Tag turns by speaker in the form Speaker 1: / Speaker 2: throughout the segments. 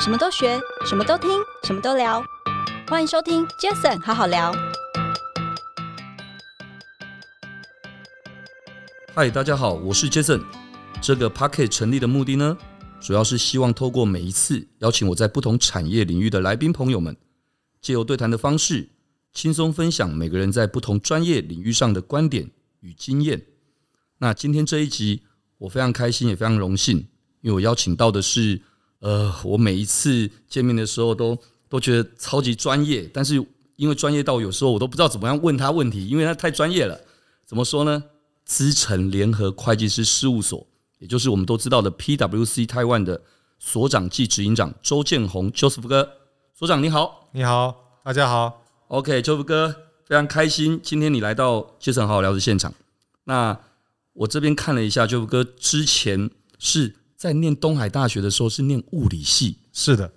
Speaker 1: 什么都学，什么都听，什么都聊。欢迎收听 Jason 好好聊。
Speaker 2: 嗨，大家好，我是 Jason。这个 Pocket 成立的目的呢，主要是希望透过每一次邀请我在不同产业领域的来宾朋友们，借由对谈的方式，轻松分享每个人在不同专业领域上的观点与经验。那今天这一集，我非常开心，也非常荣幸，因为我邀请到的是，呃，我每一次见面的时候都都觉得超级专业，但是因为专业到有时候我都不知道怎么样问他问题，因为他太专业了。怎么说呢？资诚联合会计师事务所，也就是我们都知道的 PWC 台湾的所长暨执行长周建宏 Joseph 哥，所长你好
Speaker 3: 你好，大家好。
Speaker 2: ，OK，Joseph 哥非常开心，今天你来到杰森好好聊的现场。那我这边看了一下，Joseph 哥之前是在念东海大学的时候是念物理系，
Speaker 3: 是的，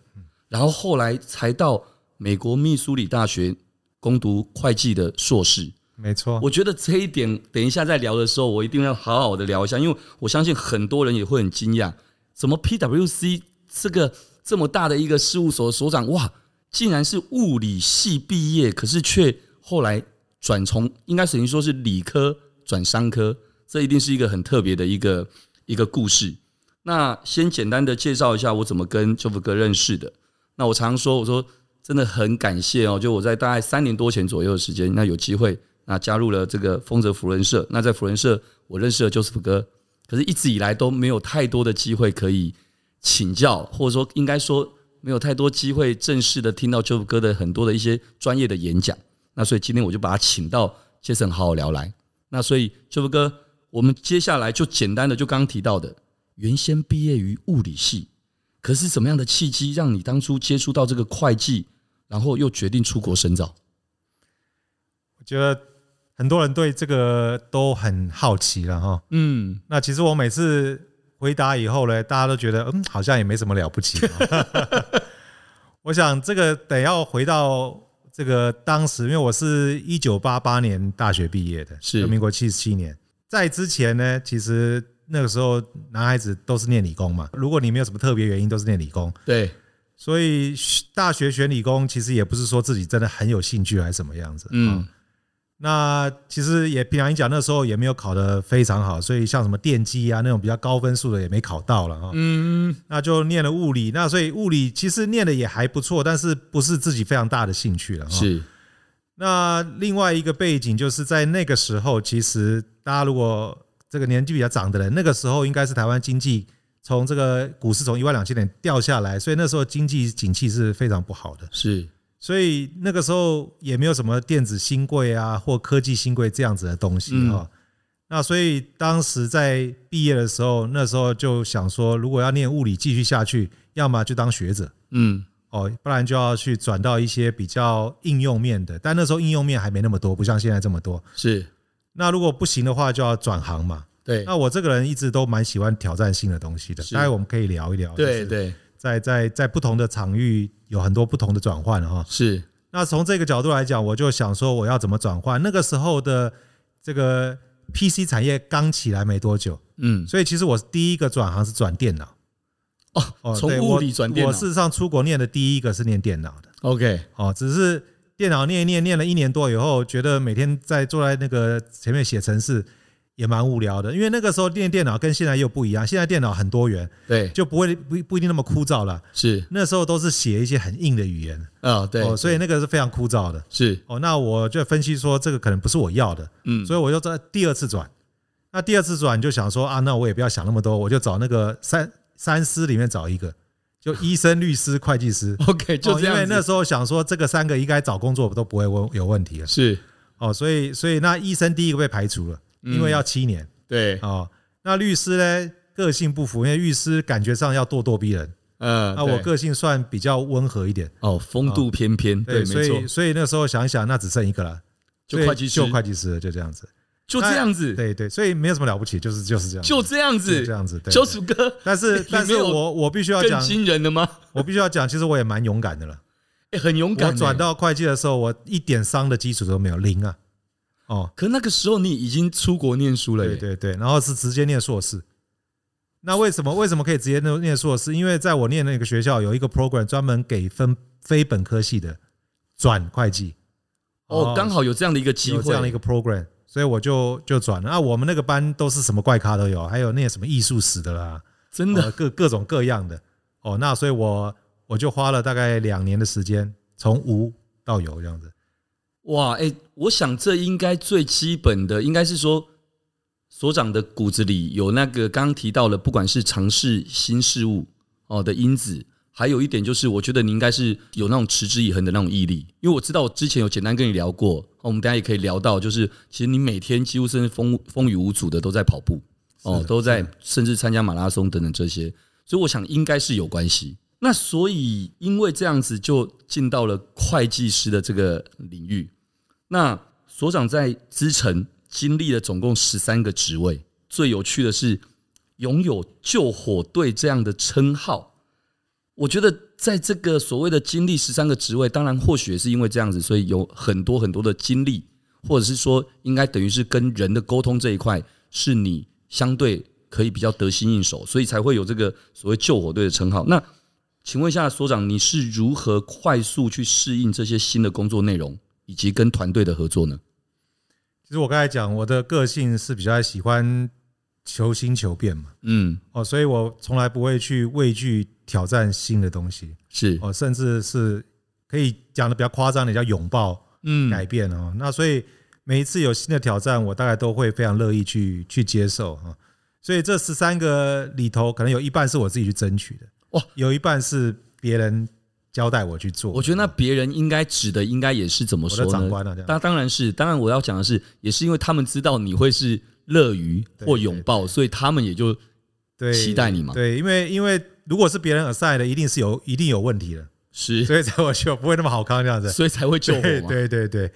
Speaker 2: 然后后来才到美国密苏里大学攻读会计的硕士。
Speaker 3: 没错，
Speaker 2: 我觉得这一点，等一下在聊的时候，我一定要好好的聊一下，因为我相信很多人也会很惊讶，怎么 PWC 这个这么大的一个事务所的所长，哇，竟然是物理系毕业，可是却后来转从应该等于说是理科转商科，这一定是一个很特别的一个一个故事。那先简单的介绍一下我怎么跟邱福哥认识的。那我常说，我说真的很感谢哦，就我在大概三年多前左右的时间，那有机会那加入了这个丰泽福人社。那在福人社，我认识了 Joseph 哥，可是一直以来都没有太多的机会可以请教，或者说应该说没有太多机会正式的听到 Joseph 哥的很多的一些专业的演讲。那所以今天我就把他请到 Jason 好好聊来。那所以 Joseph 哥，我们接下来就简单的就刚刚提到的，原先毕业于物理系，可是什么样的契机让你当初接触到这个会计，然后又决定出国深造？
Speaker 3: 我觉得很多人对这个都很好奇了哈。
Speaker 2: 嗯，
Speaker 3: 那其实我每次回答以后呢，大家都觉得嗯，好像也没什么了不起 哦。我想这个得要回到这个当时，因为我是一九八八年大学毕业的，
Speaker 2: 是
Speaker 3: 民国七十七年。在之前呢，其实那个时候男孩子都是念理工嘛，如果你没有什么特别原因，都是念理工。
Speaker 2: 对，
Speaker 3: 所以学大学选理工，其实也不是说自己真的很有兴趣还是什么样子。
Speaker 2: 嗯，
Speaker 3: 那其实也平常讲，那时候也没有考得非常好，所以像什么电机啊那种比较高分数的也没考到了啊。
Speaker 2: 嗯，
Speaker 3: 那就念了物理，那所以物理其实念的也还不错，但是不是自己非常大的兴趣了。。
Speaker 2: 是，
Speaker 3: 那另外一个背景就是在那个时候，其实大家如果这个年纪比较长的人，那个时候应该是台湾经济从这个股市从一万两千点掉下来，所以那时候经济景气是非常不好的。
Speaker 2: 是，
Speaker 3: 所以那个时候也没有什么电子新贵啊或科技新贵这样子的东西
Speaker 2: 嗯
Speaker 3: 啊、哦那所以当时在毕业的时候，那时候就想说，如果要念物理继续下去，要么就当学者
Speaker 2: 嗯，
Speaker 3: 哦，不然就要去转到一些比较应用面的。但那时候应用面还没那么多，不像现在这么多。
Speaker 2: 是，
Speaker 3: 那如果不行的话，就要转行嘛。
Speaker 2: 对，
Speaker 3: 那我这个人一直都蛮喜欢挑战性的东西的，
Speaker 2: 是
Speaker 3: 待会我们可以聊一聊。
Speaker 2: 对，，对，
Speaker 3: 在在在不同的场域有很多不同的转换哈、哦。
Speaker 2: 是，
Speaker 3: 那从这个角度来讲，我就想说我要怎么转换。那个时候的这个 PC 产业刚起来没多久，
Speaker 2: 嗯，
Speaker 3: 所以其实我第一个转行是转电脑。
Speaker 2: 哦，从
Speaker 3: 对
Speaker 2: 物
Speaker 3: 我
Speaker 2: 理转电脑
Speaker 3: 我事实上出国念的第一个是念电脑的。
Speaker 2: ，OK，
Speaker 3: 哦，只是电脑念一念，念了一年多以后，觉得每天在坐在那个前面写程式也蛮无聊的，因为那个时候念电脑跟现在又不一样，现在电脑很多元，
Speaker 2: 对，
Speaker 3: 就不会不不一定那么枯燥了。
Speaker 2: 是，
Speaker 3: 那时候都是写一些很硬的语言，
Speaker 2: 啊，对，
Speaker 3: 哦，所以那个是非常枯燥的。
Speaker 2: 是，
Speaker 3: 哦，那我就分析说这个可能不是我要的，
Speaker 2: 嗯，
Speaker 3: 所以我就在第二次转。那第二次转就想说啊，那我也不要想那么多，我就找那个三三师里面找一个，就医生、律师、会计师。
Speaker 2: OK，就
Speaker 3: 哦
Speaker 2: 这
Speaker 3: 因为
Speaker 2: 样
Speaker 3: 那
Speaker 2: 子，
Speaker 3: 时候想说这个三个应该找工作都不会问有问题了
Speaker 2: 是，
Speaker 3: 哦，所以所以那医生第一个被排除了，因为
Speaker 2: 嗯
Speaker 3: 要七年
Speaker 2: 对，
Speaker 3: 哦。那律师呢，个性不符，因为律师感觉上要咄咄逼人，
Speaker 2: 嗯，
Speaker 3: 那我
Speaker 2: 对
Speaker 3: 个性算比较温和一点，
Speaker 2: 哦，风度翩翩，对，
Speaker 3: 所
Speaker 2: 没
Speaker 3: 以
Speaker 2: 错，
Speaker 3: 所以那时候想一想，那只剩一个了，
Speaker 2: 就
Speaker 3: 所以
Speaker 2: 会计师
Speaker 3: 就会计师了就这样子，
Speaker 2: 就这样子，
Speaker 3: 对对，所以没有什么了不起，就是就是这样，
Speaker 2: 就这样
Speaker 3: 就
Speaker 2: 子
Speaker 3: 这，样子，对。对
Speaker 2: ，Joseph 哥，
Speaker 3: 但是
Speaker 2: 你
Speaker 3: 但
Speaker 2: 没
Speaker 3: 是
Speaker 2: 有
Speaker 3: 我我必须要
Speaker 2: 更
Speaker 3: 讲，
Speaker 2: 惊人的吗？
Speaker 3: 我必须要讲，其实我也蛮勇敢的了。
Speaker 2: 欸、很勇敢、
Speaker 3: 我
Speaker 2: 欸。
Speaker 3: 转，到会计的时候，我一点商的基础都没有，零啊。哦，
Speaker 2: 可那个时候你已经出国念书了、欸，
Speaker 3: 对对对，然后是直接念硕士，那为什么为什么可以直接念念硕士？因为在我念那个学校有一个 program 专门给分非本科系的转会计。
Speaker 2: 哦，刚好有这样的一个机
Speaker 3: 有
Speaker 2: 会，
Speaker 3: 这样的一个 program，所以我就就转了。啊，我们那个班都是什么怪咖都有，还有那些什么艺术史的啦，
Speaker 2: 真的
Speaker 3: 哦各各种各样的。哦，那所以我我就花了大概两年的时间，从无到有这样子。
Speaker 2: 哇！哎、我想这应该最基本的，应该是说所长的骨子里有那个刚刚提到了，不管是尝试新事物哦的因子，还有一点就是，我觉得你应该是有那种持之以恒的那种毅力，因为我知道我之前有简单跟你聊过，哦、我们大家也可以聊到，就是其实你每天几乎甚至风风雨无阻的都在跑步哦
Speaker 3: 是，的嗯
Speaker 2: 都在
Speaker 3: 是的
Speaker 2: 甚至参加马拉松等等这些，所以我想应该是有关系。那所以因为这样子就进到了会计师的这个领域，那所长在资诚经历了总共十三个职位，最有趣的是拥有救火队这样的称号。我觉得在这个所谓的经历十三个职位，当然或许也是因为这样子，所以有很多很多的经历，或者是说应该等于是跟人的沟通这一块，是你相对可以比较得心应手，所以才会有这个所谓救火队的称号。那请问一下所长，你是如何快速去适应这些新的工作内容，以及跟团队的合作呢？
Speaker 3: 其实我刚才讲，我的个性是比较喜欢求新求变嘛，
Speaker 2: 嗯，
Speaker 3: 哦，所以我从来不会去畏惧挑战新的东西，
Speaker 2: 是，
Speaker 3: 哦，甚至是可以讲的比较夸张的叫拥抱
Speaker 2: 嗯
Speaker 3: 改变哦。那所以每一次有新的挑战，我大概都会非常乐意去去接受啊。所以这十三个里头，可能有一半是我自己去争取的，
Speaker 2: 哇，
Speaker 3: 有一半是别人交代我去做。
Speaker 2: 我觉得那别人应该指的应该也是怎么
Speaker 3: 我的
Speaker 2: 说
Speaker 3: 长
Speaker 2: 呢？
Speaker 3: 官啊，这样
Speaker 2: 当当然是，当然我要讲的是，也是因为他们知道你会是乐于或拥抱，所以他们也就
Speaker 3: 对
Speaker 2: 期待你嘛
Speaker 3: 对，因为因为如果是别人 assign 的，一定是有一定有问 题的，
Speaker 2: 是，
Speaker 3: 所以才我就不会那么好康这样子。
Speaker 2: 所以才会救火
Speaker 3: 对
Speaker 2: 嘛。
Speaker 3: 对对对，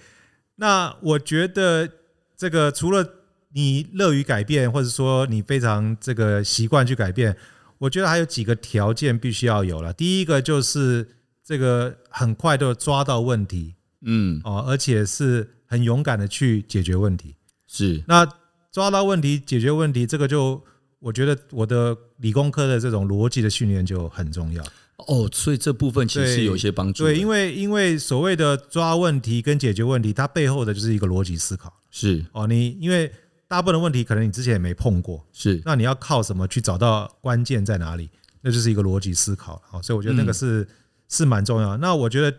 Speaker 3: 那我觉得这个除了你乐于改变，或者说你非常这个习惯去改变，我觉得还有几个条件必须要有了。第一个就是这个很快的抓到问题
Speaker 2: 嗯，
Speaker 3: 哦，而且是很勇敢的去解决问题。
Speaker 2: 是，
Speaker 3: 那抓到问题、解决问题，这个就我觉得我的理工科的这种逻辑的训练就很重要。
Speaker 2: 哦，所以这部分其实是
Speaker 3: 对
Speaker 2: 有一些帮助的。
Speaker 3: 对，因为因为所谓的抓问题跟解决问题，它背后的就是一个逻辑思考。
Speaker 2: 是
Speaker 3: 哦，你因为大部分的问题可能你之前也没碰过，
Speaker 2: 是，
Speaker 3: 那你要靠什么去找到关键在哪里？那就是一个逻辑思考好，所以我觉得那个
Speaker 2: 嗯
Speaker 3: 是、是蛮重要的。那我觉得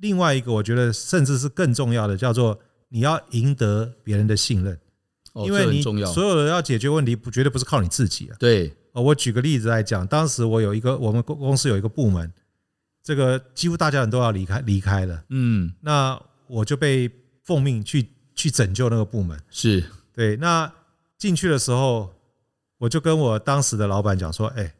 Speaker 3: 另外一个，我觉得甚至是更重要的，叫做你要赢得别人的信任，
Speaker 2: 哦，
Speaker 3: 因为
Speaker 2: 这很
Speaker 3: 你
Speaker 2: 重要
Speaker 3: 所。有的要解决问题，不绝对不是靠你自己啊。
Speaker 2: 对，
Speaker 3: 哦，我举个例子来讲，当时我有一个我们公公司有一个部门，这个几乎大家人都要离开离开了，
Speaker 2: 嗯，
Speaker 3: 那我就被奉命去去拯救那个部门。
Speaker 2: 是
Speaker 3: 对，那进去的时候，我就跟我当时的老板讲说：“哎、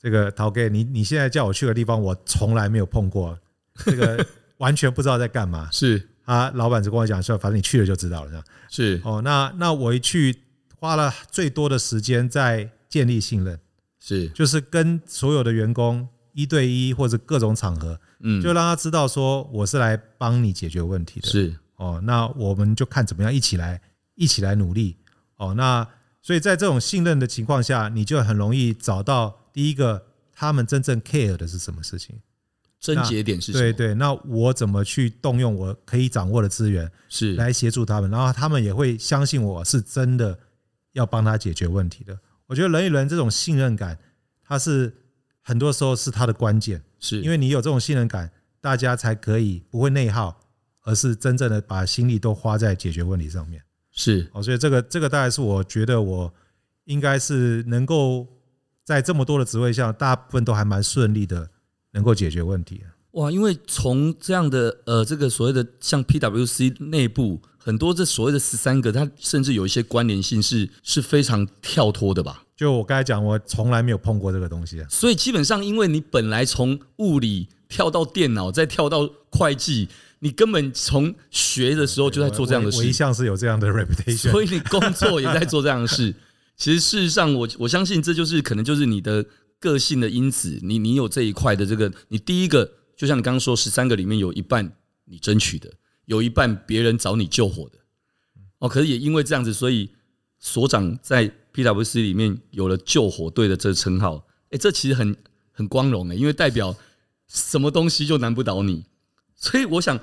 Speaker 3: 这个陶哥，你你现在叫我去的地方，我从来没有碰过，这个完全不知道在干嘛。
Speaker 2: 是”
Speaker 3: 啊，老板只跟我讲说：“反正你去了就知道了。”这样
Speaker 2: 是
Speaker 3: 哦，那那我一去，花了最多的时间在建立信任，
Speaker 2: 是，
Speaker 3: 就是跟所有的员工一对一或者各种场合，
Speaker 2: 嗯，
Speaker 3: 就让他知道说我是来帮你解决问题的。
Speaker 2: 是
Speaker 3: 哦，那我们就看怎么样一起来一起来努力哦。那所以在这种信任的情况下，你就很容易找到第一个他们真正 care 的是什么事情。
Speaker 2: 症结点是什么？
Speaker 3: 对，对，那我怎么去动用我可以掌握的资源
Speaker 2: 是
Speaker 3: 来协助他们，然后他们也会相信我是真的要帮他解决问题的。我觉得人与人这种信任感，它是很多时候是它的关键。
Speaker 2: 是，
Speaker 3: 因为你有这种信任感，大家才可以不会内耗，而是真正的把心力都花在解决问题上面。
Speaker 2: 是
Speaker 3: 哦，所以这个这个大概是我觉得我应该是能够在这么多的职位上，大部分都还蛮顺利的，能够解决问题。
Speaker 2: 哇，因为从这样的呃，这个所谓的像 PWC 内部很多这所谓的十三个，它甚至有一些关联性是是非常跳脱的吧。
Speaker 3: 就我刚才讲，我从来没有碰过这个东西啊。
Speaker 2: 所以基本上，因为你本来从物理跳到电脑，再跳到会计，你根本从学的时候就在做这样的
Speaker 3: 我我我一
Speaker 2: 事，
Speaker 3: 向是有这样的 reputation。
Speaker 2: 所以你工作也在做这样的事。其实事实上我，我相信这就是可能就是你的个性的因子，你你有这一块的这个，你第一个就像你刚刚说，十三个里面有一半你争取的，有一半别人找你救火的。哦，可是也因为这样子，所以所长在 PWC 里面有了救火队的这个称号。哎，这其实很很光荣哎、因为代表什么东西就难不倒你。所以我想，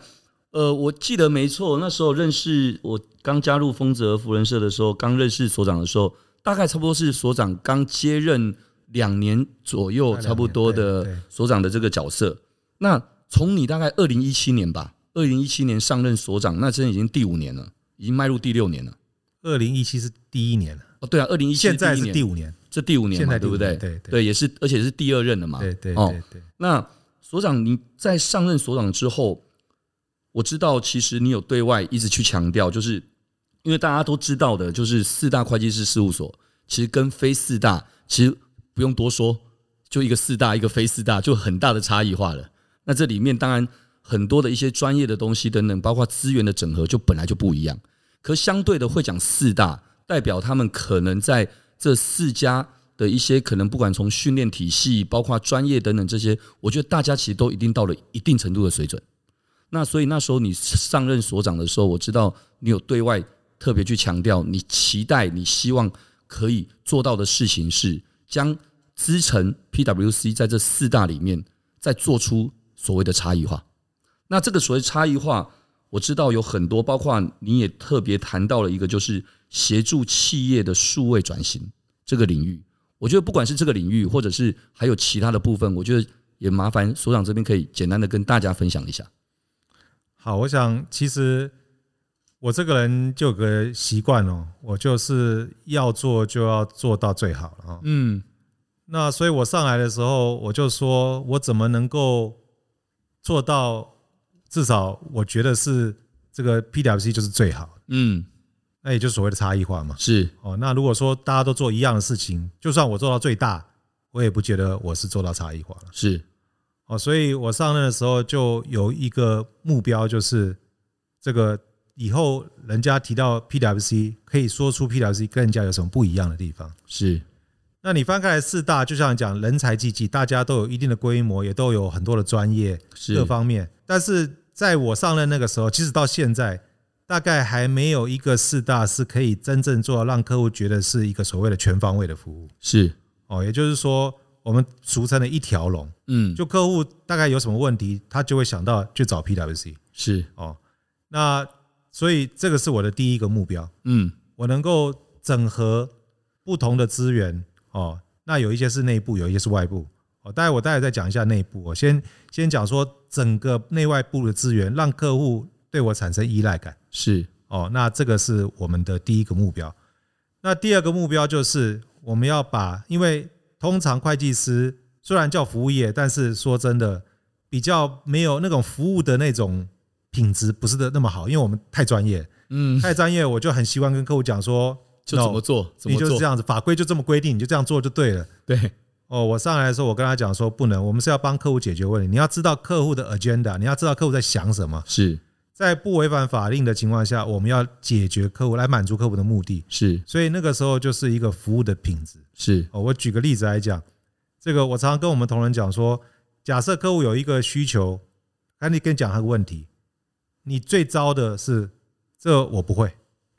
Speaker 2: 呃，我记得没错，那时候认识我刚加入丰泽福人社的时候，刚认识所长的时候，大概差不多是所长刚接任两年左右，
Speaker 3: 快两年
Speaker 2: 差不多的
Speaker 3: 对对
Speaker 2: 所长的这个角色。那从你大概二零一七年吧，二零一七年上任所长，那真的已经第五年了，已经迈入第六年了。
Speaker 3: 二零一七是第一年了，
Speaker 2: 哦，对啊，二零一七
Speaker 3: 现在是第
Speaker 2: 五，
Speaker 3: 五年，
Speaker 2: 这第五年
Speaker 3: 现
Speaker 2: 嘛，
Speaker 3: 在第
Speaker 2: 对不
Speaker 3: 五年
Speaker 2: 对？
Speaker 3: 对对
Speaker 2: 也是，而且是第二任了嘛。
Speaker 3: 对对
Speaker 2: 哦
Speaker 3: 对对，
Speaker 2: 那所长，你在上任所长之后，我知道其实你有对外一直去强调，就是因为大家都知道的，就是四大会计师事务所其实跟非四大其实不用多说，就一个四大一个非四大，就很大的差异化了。那这里面当然很多的一些专业的东西等等，包括资源的整合，就本来就不一样。可相对的，会讲四大，代表他们可能在这四家的一些可能，不管从训练体系，包括专业等等这些，我觉得大家其实都一定到了一定程度的水准。那所以那时候你上任所长的时候，我知道你有对外特别去强调，你期待、你希望可以做到的事情是将资诚 PWC 在这四大里面再做出所谓的差异化。那这个所谓差异化，我知道有很多，包括你也特别谈到了一个，就是协助企业的数位转型这个领域。我觉得不管是这个领域，或者是还有其他的部分，我觉得也麻烦所长这边可以简单的跟大家分享一下。
Speaker 3: 好，我想其实我这个人就有个习惯哦，我就是要做就要做到最好了啊、哦。
Speaker 2: 嗯，
Speaker 3: 那所以我上来的时候，我就说我怎么能够做到，至少我觉得是这个 PWC 就是最好，
Speaker 2: 嗯，
Speaker 3: 那也就是所谓的差异化嘛。
Speaker 2: 是，
Speaker 3: 哦，那如果说大家都做一样的事情，就算我做到最大，我也不觉得我是做到差异化了。
Speaker 2: 是，
Speaker 3: 哦，所以我上任的时候就有一个目标，就是这个以后人家提到 PWC，可以说出 PWC 跟人家有什么不一样的地方。
Speaker 2: 是，
Speaker 3: 那你翻开来四大，就像你讲人才济济，大家都有一定的规模，也都有很多的专业
Speaker 2: 是
Speaker 3: 各方面。但是在我上任那个时候，即使到现在，大概还没有一个四大是可以真正做到让客户觉得是一个所谓的全方位的服务
Speaker 2: 是，
Speaker 3: 哦，也就是说，我们俗称的一条龙，
Speaker 2: 嗯，
Speaker 3: 就客户大概有什么问题，他就会想到去找 PWC
Speaker 2: 是，
Speaker 3: 哦。那所以这个是我的第一个目标。
Speaker 2: 嗯，
Speaker 3: 我能够整合不同的资源哦。那有一些是内部，有一些是外部哦。待会我待会再讲一下内部，我先先讲说整个内外部的资源，让客户对我产生依赖感
Speaker 2: 是，
Speaker 3: 哦。那这个是我们的第一个目标。那第二个目标就是我们要把，因为通常会计师虽然叫服务业，但是说真的，比较没有那种服务的那种品质不是的那么好，因为我们太专业了。
Speaker 2: 嗯，
Speaker 3: 太专业，我就很希望跟客户讲说，
Speaker 2: 就怎么做，
Speaker 3: no,
Speaker 2: 怎
Speaker 3: 你
Speaker 2: 么
Speaker 3: 就是
Speaker 2: 做
Speaker 3: 这，样子，法规就这么规定，你就这样做就对了。
Speaker 2: 对，
Speaker 3: 哦，我上来的时候，我跟他讲说不能，我们是要帮客户解决问题，你要知道客户的 agenda，你要知道客户在想什么，
Speaker 2: 是，
Speaker 3: 在不违反法令的情况下，我们要解决客户来满足客户的目的。
Speaker 2: 是，
Speaker 3: 所以那个时候就是一个服务的品质。
Speaker 2: 是，
Speaker 3: 哦，我举个例子来讲，这个我常常跟我们同仁讲说，假设客户有一个需求，那你跟你讲他个问题，你最糟的是这我不会，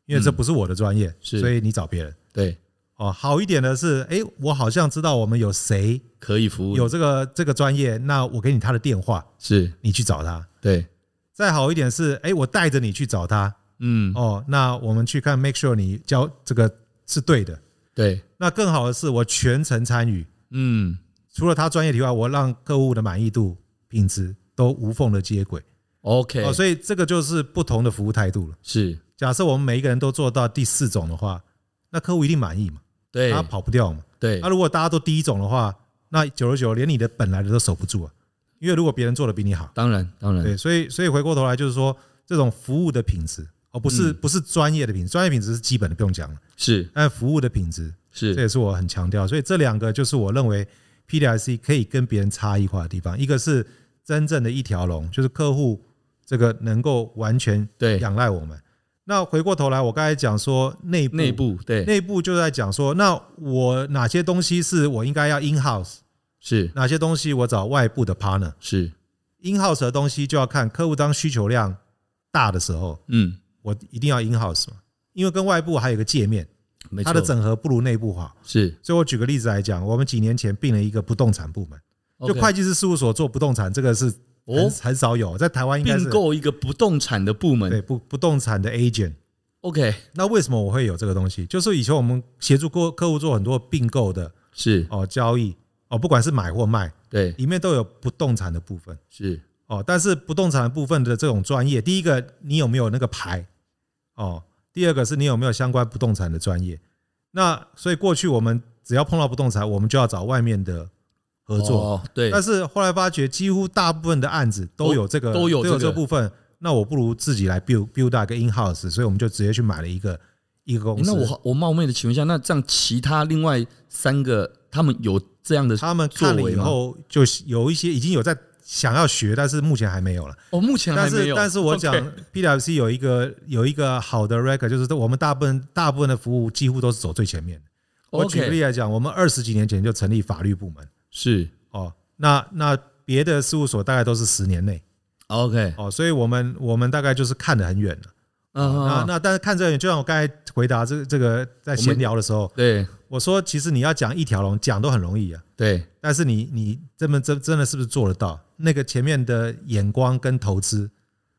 Speaker 3: 因为这
Speaker 2: 嗯
Speaker 3: 不是我的专业，
Speaker 2: 是
Speaker 3: 所以你找别人。
Speaker 2: 对，
Speaker 3: 哦，好一点的是，哎，我好像知道我们有谁
Speaker 2: 可以服务，
Speaker 3: 有这个这个专业，那我给你他的电话，
Speaker 2: 是，
Speaker 3: 你去找他。
Speaker 2: 对，
Speaker 3: 再好一点是，哎，我带着你去找他。
Speaker 2: 嗯，
Speaker 3: 哦，那我们去看，make sure 你教这个是对的。
Speaker 2: 对，
Speaker 3: 那更好的是，我全程参与，
Speaker 2: 嗯，
Speaker 3: 除了他专业以外，我让客户的满意度、品质都无缝的接轨。
Speaker 2: OK，
Speaker 3: 哦，所以这个就是不同的服务态度了。
Speaker 2: 是
Speaker 3: 假设我们每一个人都做到第四种的话，那客户一定满意嘛，
Speaker 2: 对
Speaker 3: 他跑不掉嘛。
Speaker 2: 对
Speaker 3: 那如果大家都第一种的话，那久而久之连你的本来的都守不住啊，因为如果别人做的比你好，
Speaker 2: 当然当然
Speaker 3: 对，所以所以回过头来就是说，这种服务的品质哦，不是
Speaker 2: 嗯
Speaker 3: 不是专业的品质，专业品质是基本的，不用讲了，
Speaker 2: 是
Speaker 3: 但呃服务的品质这
Speaker 2: 是
Speaker 3: 也是我很强调。所以这两个就是我认为 PDIC 可以跟别人差异化的地方，一个是真正的一条龙，就是客户这个能够完全
Speaker 2: 对
Speaker 3: 仰赖我们。那回过头来，我刚才讲说内部
Speaker 2: 内部对
Speaker 3: 内部就在讲说，那我哪些东西是我应该要 in house，
Speaker 2: 是
Speaker 3: 哪些东西我找外部的 partner。
Speaker 2: 是
Speaker 3: in house 的东西就要看客户当需求量大的时候，
Speaker 2: 嗯
Speaker 3: 我一定要 in house 嘛，因为跟外部还有一个界面，
Speaker 2: 没错，
Speaker 3: 它的整合不如内部好。
Speaker 2: 是
Speaker 3: 所以我举个例子来讲，我们几年前并了一个不动产部门，就
Speaker 2: OK
Speaker 3: 会计师事务所做不动产，这个是很
Speaker 2: 哦
Speaker 3: 很少有，在台湾应该
Speaker 2: 并
Speaker 3: 是
Speaker 2: 购一个不动产的部
Speaker 3: 对
Speaker 2: 门。
Speaker 3: 不不动产的 agent。
Speaker 2: OK，
Speaker 3: 那为什么我会有这个东西？就是以前我们协助客客户做很多并购的
Speaker 2: 是
Speaker 3: 哦交易哦，不管是买或卖，
Speaker 2: 对，
Speaker 3: 里面都有不动产的部分
Speaker 2: 是
Speaker 3: 哦。但是不动产的部分的这种专业，第一个你有没有那个牌哦？第二个是你有没有相关不动产的专业？那所以过去我们只要碰到不动产，我们就要找外面的 合作。
Speaker 2: 哦对，
Speaker 3: 但是后来发觉，几乎大部分的案子都有这个，
Speaker 2: 都都有这个
Speaker 3: 这部分。那我不如自己来 build build 一个 in house，所以我们就直接去买了一个一个公司。
Speaker 2: 那我好我冒昧的请问一下，那这样其他另外三个他们有这样的
Speaker 3: 他们
Speaker 2: 作
Speaker 3: 看了
Speaker 2: 为
Speaker 3: 以
Speaker 2: 吗？
Speaker 3: 后，就有一些已经有在想要学，但是目前还没有了。
Speaker 2: 哦，目前还
Speaker 3: 但
Speaker 2: 没
Speaker 3: 是
Speaker 2: 有。
Speaker 3: 但是我讲
Speaker 2: OK，
Speaker 3: PwC 有一个有一个好的 record，就是我们大部分大部分的服务几乎都是走最前面的。我举个
Speaker 2: OK，
Speaker 3: 例来讲，我们二十几年前就成立法律部门
Speaker 2: 是
Speaker 3: 哦，那那别的事务所大概都是十年内
Speaker 2: OK，
Speaker 3: 哦，所以我们我们大概就是看得很远了。
Speaker 2: 嗯，
Speaker 3: 那
Speaker 2: 嗯嗯
Speaker 3: 啊那但是看这个，就像我刚才回答这个这个在闲聊的时候，
Speaker 2: 对
Speaker 3: 我说其实你要讲一条龙，讲都很容易啊，
Speaker 2: 对
Speaker 3: 但是你你这么真真的是不是做得到？那个前面的眼光跟投资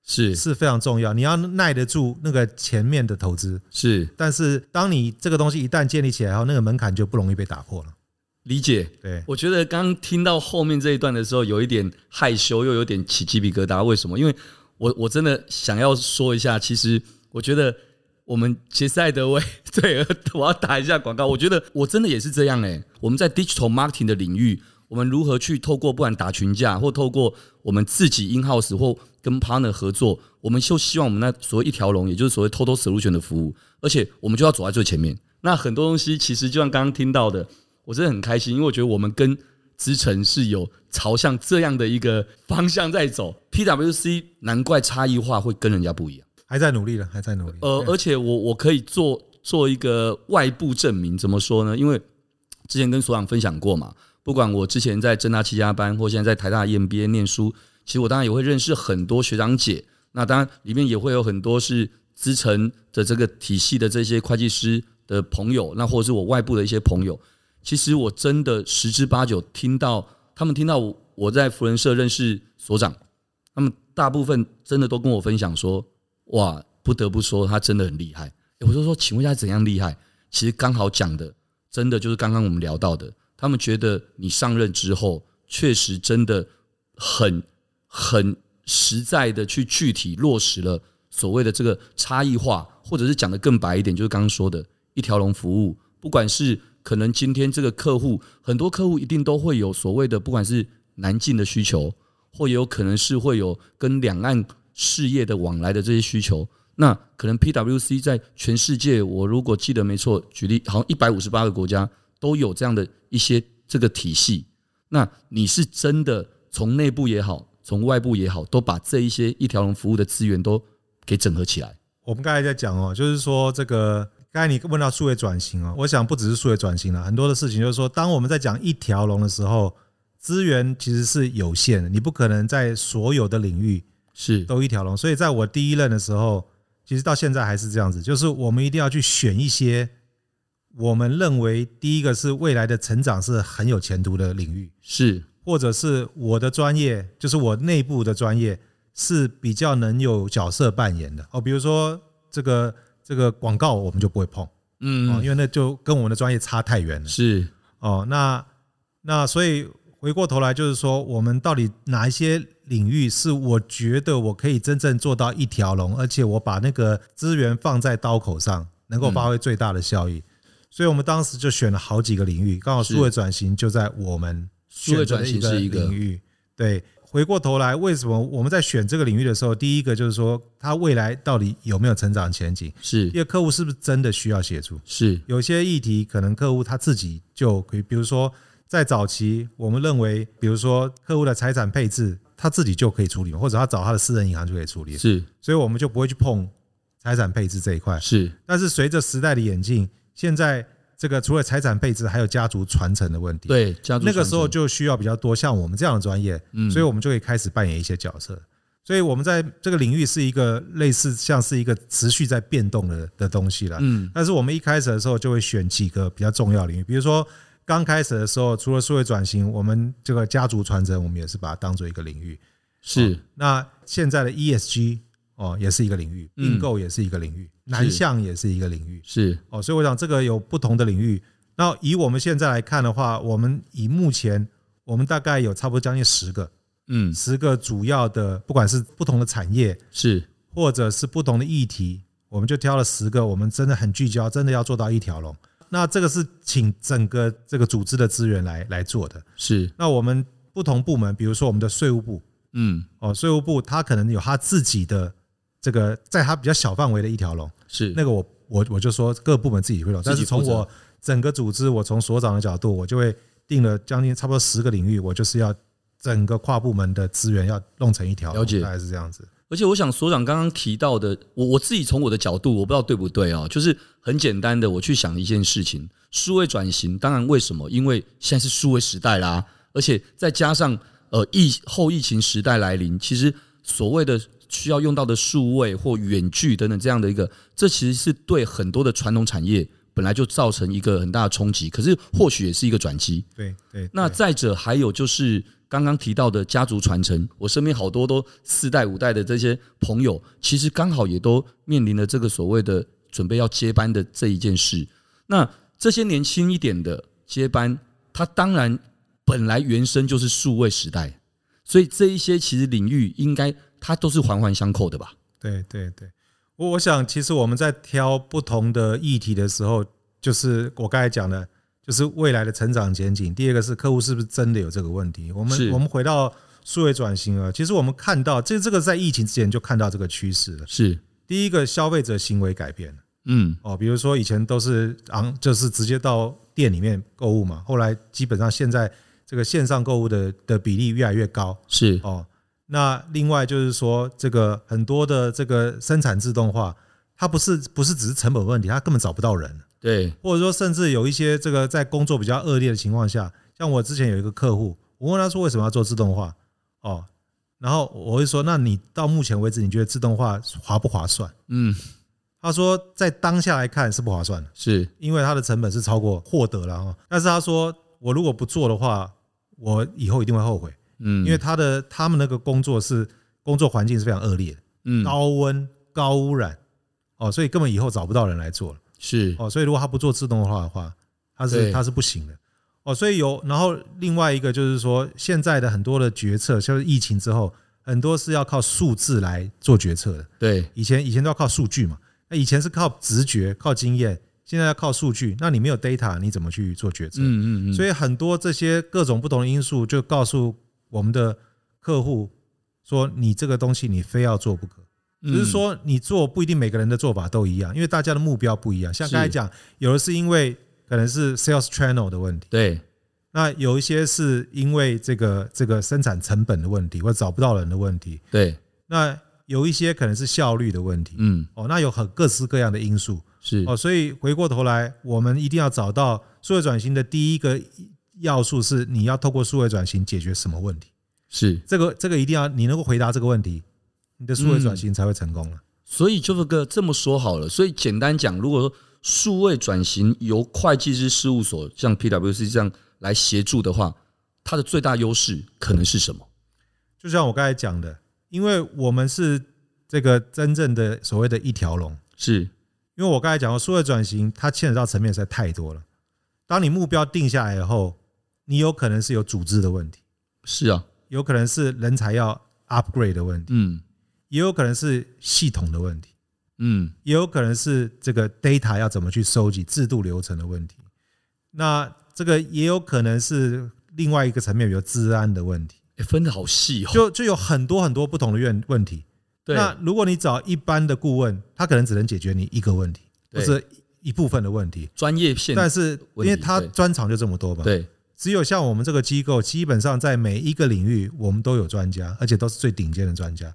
Speaker 2: 是
Speaker 3: 是非常重要，你要耐得住那个前面的投资。
Speaker 2: 是
Speaker 3: 但是当你这个东西一旦建立起来后，那个门槛就不容易被打破了。
Speaker 2: 理解。
Speaker 3: 对，
Speaker 2: 我觉得刚听到后面这一段的时候，有一点害羞，又有点起鸡皮疙瘩。为什么？因为我我真的想要说一下，其实我觉得我们杰赛德威， 对，我要打一下广告。我觉得我真的也是这样哎、 我们在 digital marketing 的领域，我们如何去透过不管打群架，或透过我们自己 in house 或跟 partner 合作，我们就希望我们那所谓一条龙，也就是所谓 total solution 的服务，而且我们就要走在最前面。那很多东西其实就像刚刚听到的，我真的很开心，因为我觉得我们跟之城是有朝向这样的一个方向在走。PWC 难怪差异化会跟人家不一样。
Speaker 3: 还在努力了，还在努力。
Speaker 2: 呃，而且我我可以做做一个外部证明，怎么说呢？因为之前跟所长分享过嘛，不管我之前在正大七加班，或现在在台大 E EMBA 念书，其实我当然也会认识很多学长姐。那当然里面也会有很多是资诚的这个体系的这些会计师的朋友，那或者是我外部的一些朋友。其实我真的十之八九听到他们听到我我在福人社认识所长，他们大部分真的都跟我分享说，哇，不得不说他真的很厉害。诶我就说，请问一下怎样厉害？其实刚好讲的，真的就是刚刚我们聊到的，他们觉得你上任之后，确实真的很很实在的去具体落实了所谓的这个差异化，或者是讲的更白一点，就是刚刚说的一条龙服务，不管是可能今天这个客户，很多客户一定都会有所谓的，不管是南进的需求，或也有可能是会有跟两岸事业的往来的这些需求。那可能 PWC 在全世界，我如果记得没错，举例好像一百五十八个国家都有这样的一些这个体系。那你是真的从内部也好，从外部也好，都把这一些一条龙服务的资源都给整合起来。
Speaker 3: 我们刚才在讲哦，就是说这个，刚才你问到数位转型哦，我想不只是数位转型了，很多的事情就是说，当我们在讲一条龙的时候，资源其实是有限的，你不可能在所有的领域
Speaker 2: 是
Speaker 3: 都一条龙。所以在我第一任的时候，其实到现在还是这样子，就是我们一定要去选一些我们认为第一个是未来的成长是很有前途的领域，
Speaker 2: 是
Speaker 3: 或者是我的专业，就是我内部的专业是比较能有角色扮演的哦。比如说这个这个广告，我们就不会碰哦，
Speaker 2: 嗯
Speaker 3: 因为那就跟我们的专业差太远了
Speaker 2: 是
Speaker 3: 哦。那那所以回过头来就是说，我们到底哪一些领域是我觉得我可以真正做到一条龙，而且我把那个资源放在刀口上，能够发挥最大的效益。所以我们当时就选了好几个领域，刚好
Speaker 2: 嗯是
Speaker 3: 数位转型就在我们
Speaker 2: 数位转型是一个
Speaker 3: 领域。对，回过头来，为什么我们在选这个领域的时候，第一个就是说，它未来到底有没有成长前景？
Speaker 2: 是
Speaker 3: 第二，客户是不是真的需要协助？
Speaker 2: 是
Speaker 3: 有些议题可能客户他自己就可以，比如说在早期，我们认为，比如说客户的财产配置，他自己就可以处理，或者他找他的私人银行就可以处理，
Speaker 2: 是
Speaker 3: 所以我们就不会去碰财产配置这一块。
Speaker 2: 是
Speaker 3: 但是随着时代的演进，现在这个除了财产配置，还有家族传承的问题。
Speaker 2: 对，家族
Speaker 3: 那个时候
Speaker 2: 传承
Speaker 3: 就需要比较多像我们这样的专业，
Speaker 2: 嗯
Speaker 3: 所以我们就可以开始扮演一些角色。所以我们在这个领域是一个类似像是一个持续在变动的的东西啦。
Speaker 2: 嗯，
Speaker 3: 但是我们一开始的时候就会选几个比较重要的领域，比如说刚开始的时候，除了数位转型，我们这个家族传承，我们也是把它当做一个领域。
Speaker 2: 是
Speaker 3: 那现在的 ESG 哦，也是一个领域，
Speaker 2: 嗯
Speaker 3: 并购也是一个领域，南向也是一个领域
Speaker 2: 是，
Speaker 3: 哦，所以我想这个有不同的领域。那以我们现在来看的话，我们以目前我们大概有差不多将近十个，
Speaker 2: 嗯
Speaker 3: 十个主要的，不管是不同的产业，
Speaker 2: 是
Speaker 3: 或者是不同的议题，我们就挑了十个，我们真的很聚焦，真的要做到一条龙。那这个是请整个这个组织的资源来来做的。
Speaker 2: 是，
Speaker 3: 那我们不同部门，比如说我们的税务部
Speaker 2: 嗯
Speaker 3: 哦，税务部它可能有它自己的这个，在它比较小范围的一条龙，
Speaker 2: 是
Speaker 3: 那个我我我就说各部门自己会弄，
Speaker 2: 自
Speaker 3: 但
Speaker 2: 己
Speaker 3: 是从
Speaker 2: 负责
Speaker 3: 我整个组织，我从所长的角度，我就会定了将近差不多十个领域，我就是要整个跨部门的资源要弄成一条龙，
Speaker 2: 了解
Speaker 3: 大概是这样子。
Speaker 2: 而且我想，所长刚刚提到的，我我自己从我的角度，我不知道对不对啊、就是很简单的，我去想一件事情：数位转型。当然，为什么？因为现在是数位时代啦，而且再加上呃疫后疫情时代来临，其实所谓的需要用到的数位或远距等等这样的一个，这其实是对很多的传统产业本来就造成一个很大的冲击，可是或许也是一个转机。
Speaker 3: 对对，
Speaker 2: 那
Speaker 3: 对
Speaker 2: 再者还有就是刚刚提到的家族传承，我身边好多都四代五代的这些朋友，其实刚好也都面临了这个所谓的准备要接班的这一件事。那这些年轻一点的接班，他当然本来原生就是数位时代，所以这一些其实领域应该它都是环环相扣的吧？
Speaker 3: 对对对，我我想，其实我们在挑不同的议题的时候，就是我刚才讲的，就是未来的成长前景。第二个是客户是不是真的有这个问题？我
Speaker 2: 是
Speaker 3: 们我们回到数位转型啊，其实我们看到这这个在疫情之前就看到这个趋势了。
Speaker 2: 是，
Speaker 3: 第一个，消费者行为改变了
Speaker 2: 嗯，
Speaker 3: 哦，比如说以前都是昂，就是直接到店里面购物嘛，后来基本上现在这个线上购物的的比例越来越高，
Speaker 2: 是
Speaker 3: 哦，那另外就是说，这个很多的这个生产自动化，它不是不是只是成本问题，它根本找不到人，
Speaker 2: 对，
Speaker 3: 或者说甚至有一些这个在工作比较恶劣的情况下，像我之前有一个客户，我问他说为什么要做自动化，哦，然后我会说，那你到目前为止，你觉得自动化划不划算？
Speaker 2: 嗯，
Speaker 3: 他说在当下来看是不划算的，
Speaker 2: 是
Speaker 3: 因为它的成本是超过获得了哈。但是他说，我如果不做的话，我以后一定会后悔。
Speaker 2: 嗯，
Speaker 3: 因为他的他们那个工作是工作环境是非常恶劣的，
Speaker 2: 嗯
Speaker 3: 高温、高污染，哦，所以根本以后找不到人来做了，
Speaker 2: 是
Speaker 3: 哦，所以如果他不做自动化的话，他
Speaker 2: 对
Speaker 3: 是他是不行的，哦，所以有，然后另外一个就是说，现在的很多的决策，就是疫情之后，很多是要靠数字来做决策的，
Speaker 2: 对，
Speaker 3: 以前以前都要靠数据嘛，那以前是靠直觉、靠经验，现在要靠数据，那你没有 data，你怎么去做决策？
Speaker 2: 嗯嗯嗯，
Speaker 3: 所
Speaker 2: 以
Speaker 3: 以很多这些各种不同的因素，就告诉我们的客户说，你这个东西你非要做不可。只
Speaker 2: 嗯
Speaker 3: 是说你做不一定每个人的做法都一样，因为大家的目标不一样。像刚才
Speaker 2: 是
Speaker 3: 讲，有的是因为可能是 sales channel 的问题，
Speaker 2: 对，
Speaker 3: 那有一些是因为这个这个生产成本的问题，或者找不到人的问题，
Speaker 2: 对，
Speaker 3: 那有一些可能是效率的问题。
Speaker 2: 嗯，
Speaker 3: 哦，那有很各式各样的因素。
Speaker 2: 是
Speaker 3: 哦，所以回过头来，我们一定要找到数位转型的第一个要素是你要透过数位转型解决什么问题。
Speaker 2: 是，
Speaker 3: 这个这个一定要你能够回答这个问题，你的数
Speaker 2: 嗯
Speaker 3: 位转型才会成功啊了。
Speaker 2: 所以就是个这么说好了。所以简单讲，如果说数位转型由会计师事务所像 PwC 这样来协助的话，它的最大优势可能是什么？
Speaker 3: 就像我刚才讲的，因为我们是这个真正的所谓的一条龙，
Speaker 2: 是
Speaker 3: 因为我刚才讲过，数位转型它牵扯到层面实在太多了。当你目标定下来以后，你有可能是有组织的问题，
Speaker 2: 是啊，
Speaker 3: 有可能是人才要 upgrade 的问题，
Speaker 2: 嗯
Speaker 3: 也有可能是系统的问题。
Speaker 2: 嗯
Speaker 3: 也有可能是这个 data 要怎么去收集、制度流程的问题。那这个也有可能是另外一个层面，比如治安的问题，
Speaker 2: 诶分的好细哦。
Speaker 3: 就就有很多很多不同的问问题。
Speaker 2: 对
Speaker 3: 那如果你找一般的顾问，他可能只能解决你一个问题，或
Speaker 2: 对
Speaker 3: 者一部分的问题。
Speaker 2: 专业线
Speaker 3: 但是因
Speaker 2: 问题
Speaker 3: 为他
Speaker 2: 对
Speaker 3: 专长就这么多嘛，
Speaker 2: 对
Speaker 3: 只有像我们这个机构，基本上在每一个领域我们都有专家，而且都是最顶尖的专家，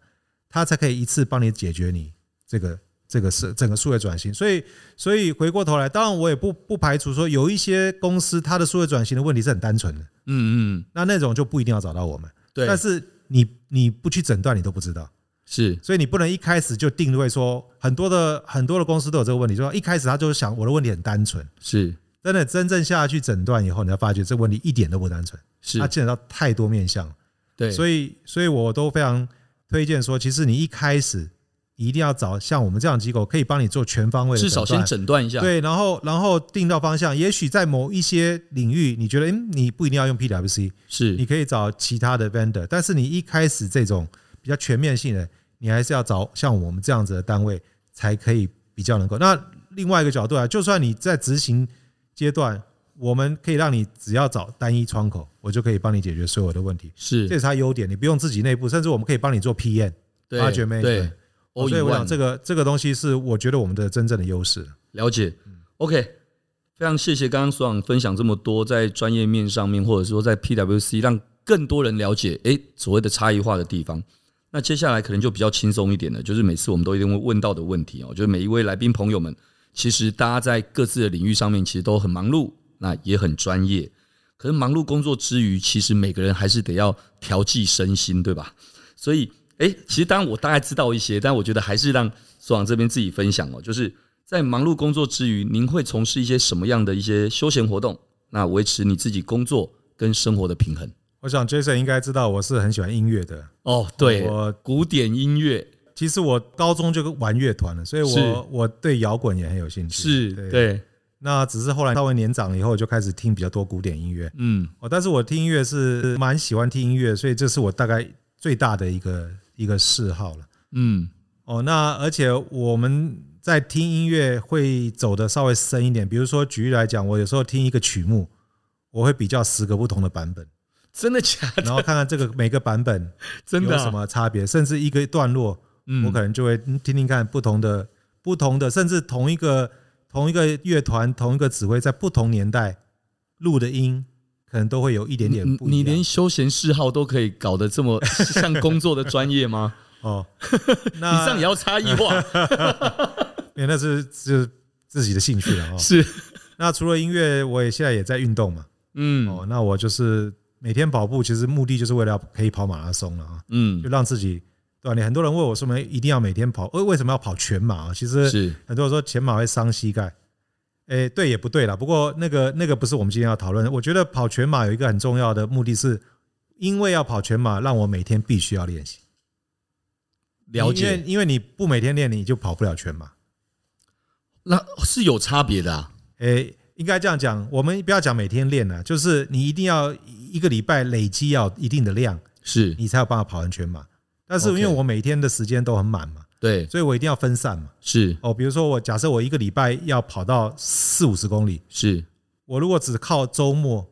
Speaker 3: 他才可以一次帮你解决你这个这个是整个数位转型。所以，所以回过头来，当然我也不不排除说有一些公司它的数位转型的问题是很单纯的，
Speaker 2: 嗯嗯
Speaker 3: 那那种就不一定要找到我们。
Speaker 2: 对，
Speaker 3: 但是你你不去诊断，你都不知道。
Speaker 2: 是
Speaker 3: 所以你不能一开始就定位说很多的很多的公司都有这个问题，说一开始他就想我的问题很单纯，
Speaker 2: 是
Speaker 3: 真的真正下去诊断以后，你要发觉这问题一点都不单纯，
Speaker 2: 是
Speaker 3: 它，牵扯到太多面向了。
Speaker 2: 对，
Speaker 3: 啊所
Speaker 2: 以
Speaker 3: 以，所以我都非常推荐说，其实你一开始一定要找像我们这样的机构，可以帮你做全方位的
Speaker 2: 至
Speaker 3: 诊
Speaker 2: 少先
Speaker 3: 断，
Speaker 2: 诊断一下，
Speaker 3: 对，然后然后定到方向。也许在某一些领域，你觉得嗯，你不一定要用 PWC，你
Speaker 2: 是
Speaker 3: 可以找其他的 vendor，但是你一开始这种比较全面性的，你还是要找像我们这样子的单位才可以比较能够。那另外一个角度啊，就算你在执行阶段，我们可以让你只要找单一窗口，我就可以帮你解决所有的问题。这
Speaker 2: 是，
Speaker 3: 是它优点，你不用自己内部，甚至我们可以帮你做 PM
Speaker 2: 对
Speaker 3: 发掘 management
Speaker 2: 对，
Speaker 3: 哦。所以我想这
Speaker 2: 个
Speaker 3: 个这个东西是我觉得我们的真正的优势。
Speaker 2: 了解，OK。非常谢谢刚刚所长分享这么多在专业面上面，或者说在 PWC 让更多人了解，诶所谓的差异化的地方。那接下来可能就比较轻松一点了，就是每次我们都一定会问到的问题哦，就是每一位来宾朋友们，其实大家在各自的领域上面其实都很忙碌，那也很专业。可是忙碌工作之余，其实每个人还是得要调剂身心，对吧？所以，哎、其实当然我大概知道一些，但我觉得还是让所长这边自己分享哦，就是在忙碌工作之余，您会从事一些什么样的一些休闲活动，那维持你自己工作跟生活的平衡？
Speaker 3: 我想 Jason 应该知道我是很喜欢音乐的，
Speaker 2: 哦，对，
Speaker 3: 我
Speaker 2: 古典音乐
Speaker 3: 其实我高中就玩乐团了，所以
Speaker 2: 是
Speaker 3: 我我对摇滚也很有兴趣。
Speaker 2: 是
Speaker 3: 对，
Speaker 2: 对，
Speaker 3: 那只是后来稍微年长了以后，就开始听比较多古典音乐。
Speaker 2: 嗯，
Speaker 3: 哦，但是我听音乐是蛮喜欢听音乐，所以这是我大概最大的一个一个嗜好了。
Speaker 2: 嗯，
Speaker 3: 哦，那而且我们在听音乐会走的稍微深一点，比如说举例来讲，我有时候听一个曲目，我会比较十个不同的 版本，
Speaker 2: 真的假 的？
Speaker 3: 然后看看这个每个版本
Speaker 2: 真的
Speaker 3: 有
Speaker 2: 啊
Speaker 3: 什？么差别，甚至一个段落，
Speaker 2: 嗯
Speaker 3: 我可能就会嗯听听看不同的、不同的，甚至同一个同一个乐团、同一个指挥在不同年代录的音，可能都会有一点点
Speaker 2: 你
Speaker 3: 不一
Speaker 2: 嗯你
Speaker 3: 样
Speaker 2: 连。休闲嗜好都可以搞得这么 像工作的专业 吗？
Speaker 3: 哦，
Speaker 2: 你
Speaker 3: 那
Speaker 2: 这样也要差异 化？
Speaker 3: 因为那是是自己的兴趣了哦。
Speaker 2: 是，
Speaker 3: 那除了音乐，我也现在也在运动嘛。
Speaker 2: 嗯
Speaker 3: 哦，那我就是每天跑步，其实目的就是为了要可以跑马拉松了啊，就
Speaker 2: 嗯，
Speaker 3: 让自己锻炼。很多人问我说，一定要每天跑，呃，为什么要跑全马啊？其实
Speaker 2: 是
Speaker 3: 很多人说全马会伤膝盖，诶，对也不对啦。不过那个那个不是我们今天要讨论的。我觉得跑全马有一个很重要的目的是，因为要跑全马，让我每天必须要练习。
Speaker 2: 了
Speaker 3: 因为
Speaker 2: 解，
Speaker 3: 因为你不每天练，你就跑不了全马。
Speaker 2: 那是有差别的啊。
Speaker 3: 诶，应该这样讲，我们不要讲每天练了，就是你一定要一个礼拜累积要一定的量。
Speaker 2: 是
Speaker 3: 你才有办法跑完全马。但是因
Speaker 2: OK
Speaker 3: 为我每天的时间都很满嘛，
Speaker 2: 对，
Speaker 3: 所以我一定要分散嘛。
Speaker 2: 是
Speaker 3: 哦，比如说我假设我一个礼拜要跑到四五十公里，
Speaker 2: 是，
Speaker 3: 我如果只靠周末，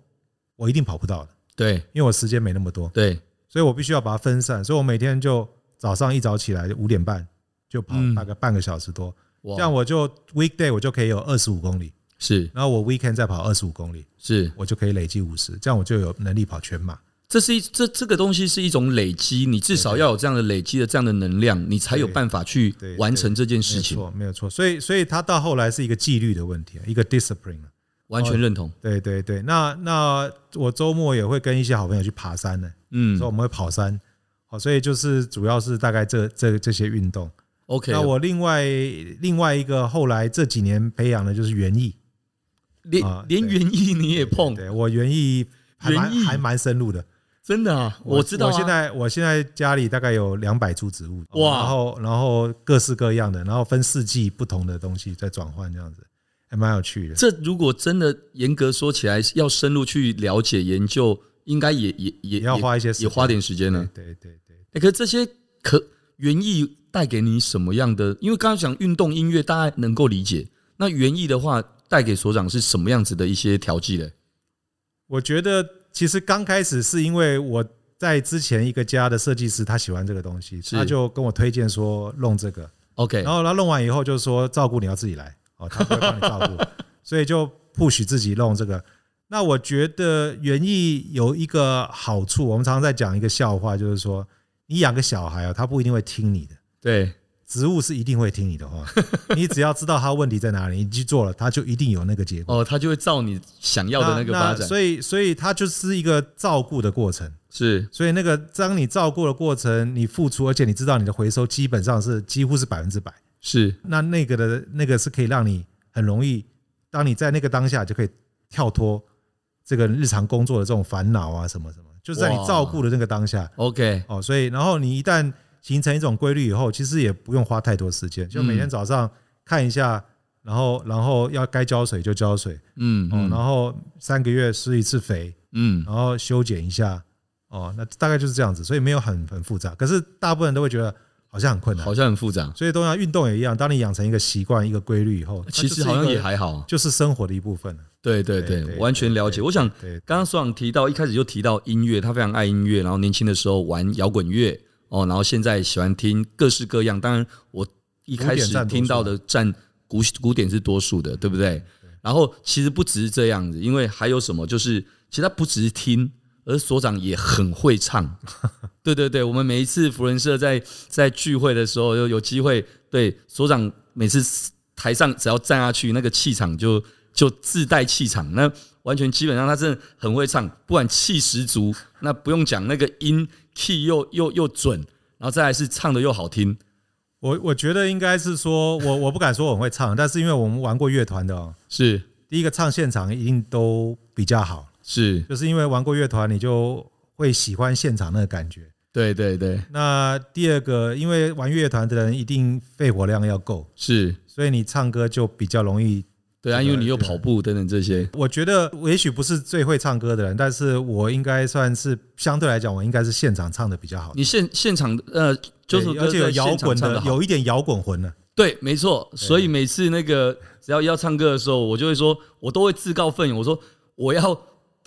Speaker 3: 我一定跑不到的，
Speaker 2: 对
Speaker 3: 因为我时间没那么多，
Speaker 2: 对，
Speaker 3: 所以我必须要把它分散。所以我每天就早上一早起来五点半就跑
Speaker 2: 嗯
Speaker 3: 大概半个小时多，
Speaker 2: 哇
Speaker 3: 这样我就 weekday 我就可以有二十五公里，
Speaker 2: 是
Speaker 3: 然后我 weekend 再跑二十五公里，
Speaker 2: 是，
Speaker 3: 我就可以累积五十，这样我就有能力跑全马。
Speaker 2: 这是一这这个东西是一种累积，你至少要有这样的累积的这样的能量，你才有
Speaker 3: 对
Speaker 2: 办法去
Speaker 3: 对
Speaker 2: 完成这件
Speaker 3: 没
Speaker 2: 事
Speaker 3: 有
Speaker 2: 情。
Speaker 3: 错，没有错。所以，所以他到后来是一个纪律的问题，一个 discipline 啊
Speaker 2: 完全认同，
Speaker 3: 对对对，那那我周末也会跟一些好朋友去爬山呢，
Speaker 2: 嗯
Speaker 3: 所以我们会跑山。好，所以就是主要是大概这这这些运动。
Speaker 2: ，OK
Speaker 3: 那
Speaker 2: 哦。
Speaker 3: 我另外另外一个后来这几年培养的就是园艺，啊
Speaker 2: 连连
Speaker 3: 对
Speaker 2: 园艺你也碰，
Speaker 3: 对我园艺还蛮
Speaker 2: 园艺
Speaker 3: 还蛮深入的。
Speaker 2: 真的啊，我知道啊。
Speaker 3: 我现在我现在家里大概有两百株植物，
Speaker 2: 哇
Speaker 3: 然后然后各式各样的，然后分四季不同的东西在转换，这样子还蛮有趣的。
Speaker 2: 这如果真的严格说起来，要深入去了解研究，应该也也也
Speaker 3: 也要花一些时
Speaker 2: 也
Speaker 3: 间
Speaker 2: 花点时间呢。
Speaker 3: 对对对对，
Speaker 2: 哎，可是这些可园艺带给你什么样的？因为刚刚讲运动音乐，大家能够理解。那园艺的话，带给所长是什么样子的一些调剂嘞？
Speaker 3: 我觉得其实刚开始是因为我在之前一个家的设计师，他喜欢这个东西，
Speaker 2: 是
Speaker 3: 他就跟我推荐说弄这个，
Speaker 2: OK，
Speaker 3: 然后他弄完以后就说照顾你要自己来哦，他不会帮你 照顾，所以就不许自己弄这个。那我觉得园艺有一个好处，我们常常在讲一个笑话，就是说你养个小孩哦，他不一定会听你的，
Speaker 2: 对，
Speaker 3: 植物是一定会听 你的话，哦你只要知道它问题在哪里，你去做了，它就一定有那个结果。
Speaker 2: 哦，它就会照你想要的那个
Speaker 3: 那
Speaker 2: 发展，
Speaker 3: 所以所以它就是一个照顾的过程。
Speaker 2: 是
Speaker 3: 所以那个当你照顾的过程，你付出，而且你知道你的回收基本上是几乎是百分之百，
Speaker 2: 是
Speaker 3: 那那个的那个是可以让你很容易，当你在那个当下就可以跳脱这个日常工作的这种烦恼啊什么什么，就是在你
Speaker 2: 哇
Speaker 3: 照顾的那个当下
Speaker 2: OK，
Speaker 3: 哦，所以然后你一旦形成一种规律以后，其实也不用花太多时间，就每天
Speaker 2: 嗯
Speaker 3: 早上看一下，然后然后要该浇水就浇水，
Speaker 2: 嗯
Speaker 3: 哦，
Speaker 2: 嗯
Speaker 3: 然后三个月施一次肥，
Speaker 2: 嗯，
Speaker 3: 然后修剪一下，哦，那大概就是这样子，所以没有很很复杂。可是大部分人都会觉得好像很困难
Speaker 2: 好，像很复杂，
Speaker 3: 所以都要运动也一样。当你养成一个习惯、一个规律以后，它
Speaker 2: 呃其
Speaker 3: 就是
Speaker 2: 实
Speaker 3: 一
Speaker 2: 好像
Speaker 3: 个
Speaker 2: 也还好，啊
Speaker 3: 就是生活的一部分了。
Speaker 2: 对对
Speaker 3: 对
Speaker 2: 对
Speaker 3: 对，
Speaker 2: 完全了解。
Speaker 3: 对
Speaker 2: 我想
Speaker 3: 对，
Speaker 2: 刚刚苏朗提到一开始就提到音乐，他非常爱音乐，然后年轻的时候玩摇滚乐哦，然后现在喜欢听各式各样。当然，我一开
Speaker 3: 古典
Speaker 2: 始
Speaker 3: 占多数
Speaker 2: 听到的占古古典是多数的，对不对？然后其实不只是这样子，因为还有什么，就是其实他不只是听，而所长也很会 唱。对对对，我们每一次福人社在在聚会的时候，有有机会，对所长每次台上只要站下去，那个气场就就自带气场，那完全基本上他真的很会唱，不管气十足，那不用讲那个音 key 又又又准，然后再来是唱的又好听，
Speaker 3: 我我觉得应该是说，我我不敢说我很会唱， 但是因为我们玩过乐团的哦，
Speaker 2: 是
Speaker 3: 第一个唱现场一定都比较好，
Speaker 2: 是，
Speaker 3: 就是因为玩过乐团，你就会喜欢现场那个感觉。
Speaker 2: 对对对，
Speaker 3: 那第二个，因为玩乐团的人一定肺活量要够，
Speaker 2: 是
Speaker 3: 所以你唱歌就比较容易。
Speaker 2: 对啊，
Speaker 3: 这个
Speaker 2: 因为你又
Speaker 3: 这个
Speaker 2: 跑步等等这些，
Speaker 3: 我觉得我也许不是最会唱歌的人，但是我应该算是相对来讲，我应该是现场唱的比较好的。
Speaker 2: 你现现场呃，就是
Speaker 3: 对而且有摇滚
Speaker 2: 的
Speaker 3: 的，有一点摇滚魂啊了。
Speaker 2: 对，没错。所以每次那个只要要唱歌的时候，我就会说，我都会自告奋勇，我说我要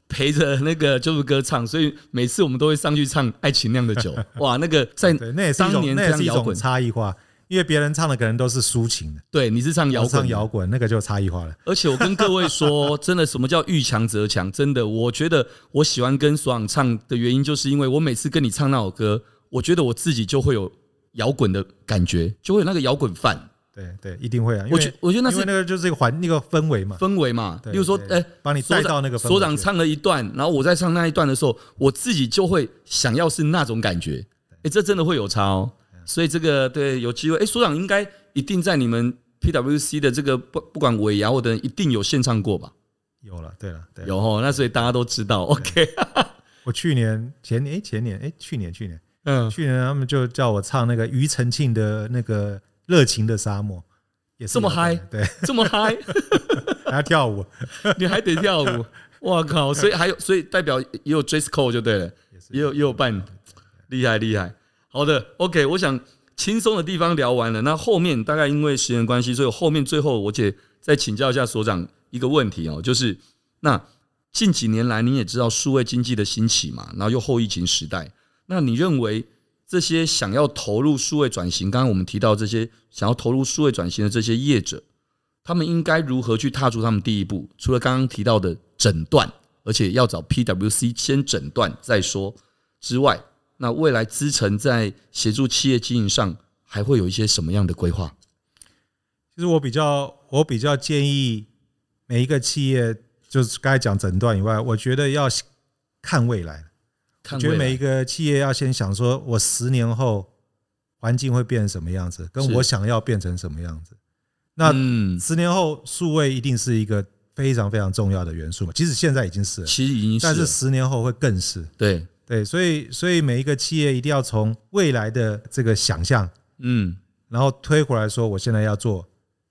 Speaker 2: 陪着那个就是歌唱。所以每次我们都会上去唱《爱情酿的酒》， 哇，那个在
Speaker 3: 对，那也是一
Speaker 2: 当
Speaker 3: 种，
Speaker 2: 年
Speaker 3: 那
Speaker 2: 这
Speaker 3: 也
Speaker 2: 样
Speaker 3: 是一
Speaker 2: 摇
Speaker 3: 种
Speaker 2: 滚，
Speaker 3: 差异化，因为别人唱的可能都是抒情的，
Speaker 2: 对，你是唱摇
Speaker 3: 我
Speaker 2: 滚
Speaker 3: 唱
Speaker 2: 的，
Speaker 3: 摇滚那个就差异化了。
Speaker 2: 而且我跟各位说，真的，什么叫遇强则强？真的，我觉得我喜欢跟爽唱的原因，就是因为我每次跟你唱那首歌，我觉得我自己就会有摇滚的感觉，就会有那个摇滚范。
Speaker 3: 对对，一定会啊。因为
Speaker 2: 我觉我觉得那
Speaker 3: 因为
Speaker 2: 是
Speaker 3: 那个就是一个环那个氛围嘛。
Speaker 2: 氛围嘛。
Speaker 3: 对
Speaker 2: 例如说，
Speaker 3: 对
Speaker 2: 哎、
Speaker 3: 帮你带到那个氛围
Speaker 2: 所长唱了一段，然后我在唱那一段的时候，我自己就会想要是那种感觉。哎、这真的会有差哦。所以这个对有机会，哎、所长应该一定在你们 PWC 的这个不不管尾牙或者一定有献唱过吧？
Speaker 3: 有了，对了，对。
Speaker 2: 有哦，那所以大家都知道。OK，
Speaker 3: 我去年前年哎前年哎去年去年
Speaker 2: 嗯，
Speaker 3: 去年他们就叫我唱那个庾澄庆的那个《热情的沙漠》，也是
Speaker 2: 这么
Speaker 3: 摇滚的对，
Speaker 2: 这么嗨，
Speaker 3: 还要跳舞，
Speaker 2: 你还得跳舞，哇 靠！所以还有，所以代表也有 dress code 就对了。也有也有伴，厉害厉害。好的，OK，我想轻松的地方聊完了，那后面大概因为时间关系，所以后面最后我姐再请教一下所长一个问题哦，就是那近几年来你也知道数位经济的兴起嘛，然后又后疫情时代，那你认为这些想要投入数位转型，刚刚我们提到这些想要投入数位转型的这些业者，他们应该如何去踏出他们第一步？除了刚刚提到的诊断，而且要找 PWC 先诊断再说之外，那未来资诚在协助企业经营上还会有一些什么样的规划？
Speaker 3: 其实我比较，我比较建议每一个企业，就是刚才讲诊断以外，我觉得要看未来。
Speaker 2: 看
Speaker 3: 我觉得
Speaker 2: 未来
Speaker 3: 每一个企业要先想说，我十年后环境会变成什么样子，跟
Speaker 2: 是
Speaker 3: 我想要变成什么样子。那
Speaker 2: 嗯，
Speaker 3: 十年后，数位一定是一个非常非常重要的元素嘛。其实现在已经是了，
Speaker 2: 其实已经
Speaker 3: 但是
Speaker 2: 了
Speaker 3: 十年后会更是。
Speaker 2: 对，
Speaker 3: 对，所以所以每一个企业一定要从未来的这个想象，
Speaker 2: 嗯，
Speaker 3: 然后推回来说，我现在要做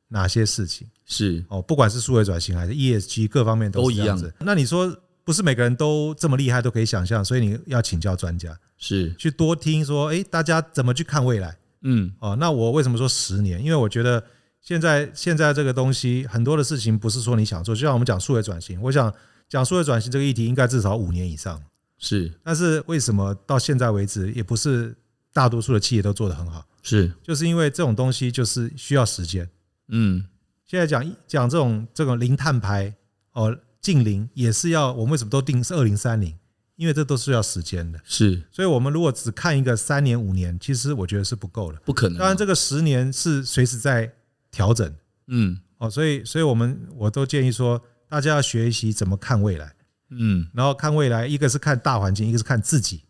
Speaker 3: 哪些事情。
Speaker 2: 是
Speaker 3: 哦，不管是数位转型还是 ESG 各方面都是
Speaker 2: 都一
Speaker 3: 这样
Speaker 2: 样
Speaker 3: 子。那你说不是每个人都这么厉害，都可以想象，所以你要请教专家，
Speaker 2: 是，
Speaker 3: 去多听说，诶，大家怎么去看未来？
Speaker 2: 嗯，
Speaker 3: 哦，那我为什么说十年？因为我觉得现在现在这个东西很多的事情不是说你想做，就像我们讲数位转型，我想讲数位转型这个议题应该至少五年以上，
Speaker 2: 是
Speaker 3: 但是为什么到现在为止也不是大多数的企业都做得很好？
Speaker 2: 是，
Speaker 3: 就是因为这种东西就是需要时间。
Speaker 2: 嗯，
Speaker 3: 现在讲讲这种这种零碳排哦，近零也是要我们为什么都定是二零三零？因为这都是要时间的。
Speaker 2: 是
Speaker 3: 所以，我们如果只看一个三年五年，其实我觉得是不够的。
Speaker 2: 不可能。
Speaker 3: 当然，这个十年是随时在调整
Speaker 2: 嗯
Speaker 3: 哦，所以，所以我们我都建议说，大家要学习怎么看未来，
Speaker 2: 嗯
Speaker 3: 然后看未来，一个是看大环境，一个是看自己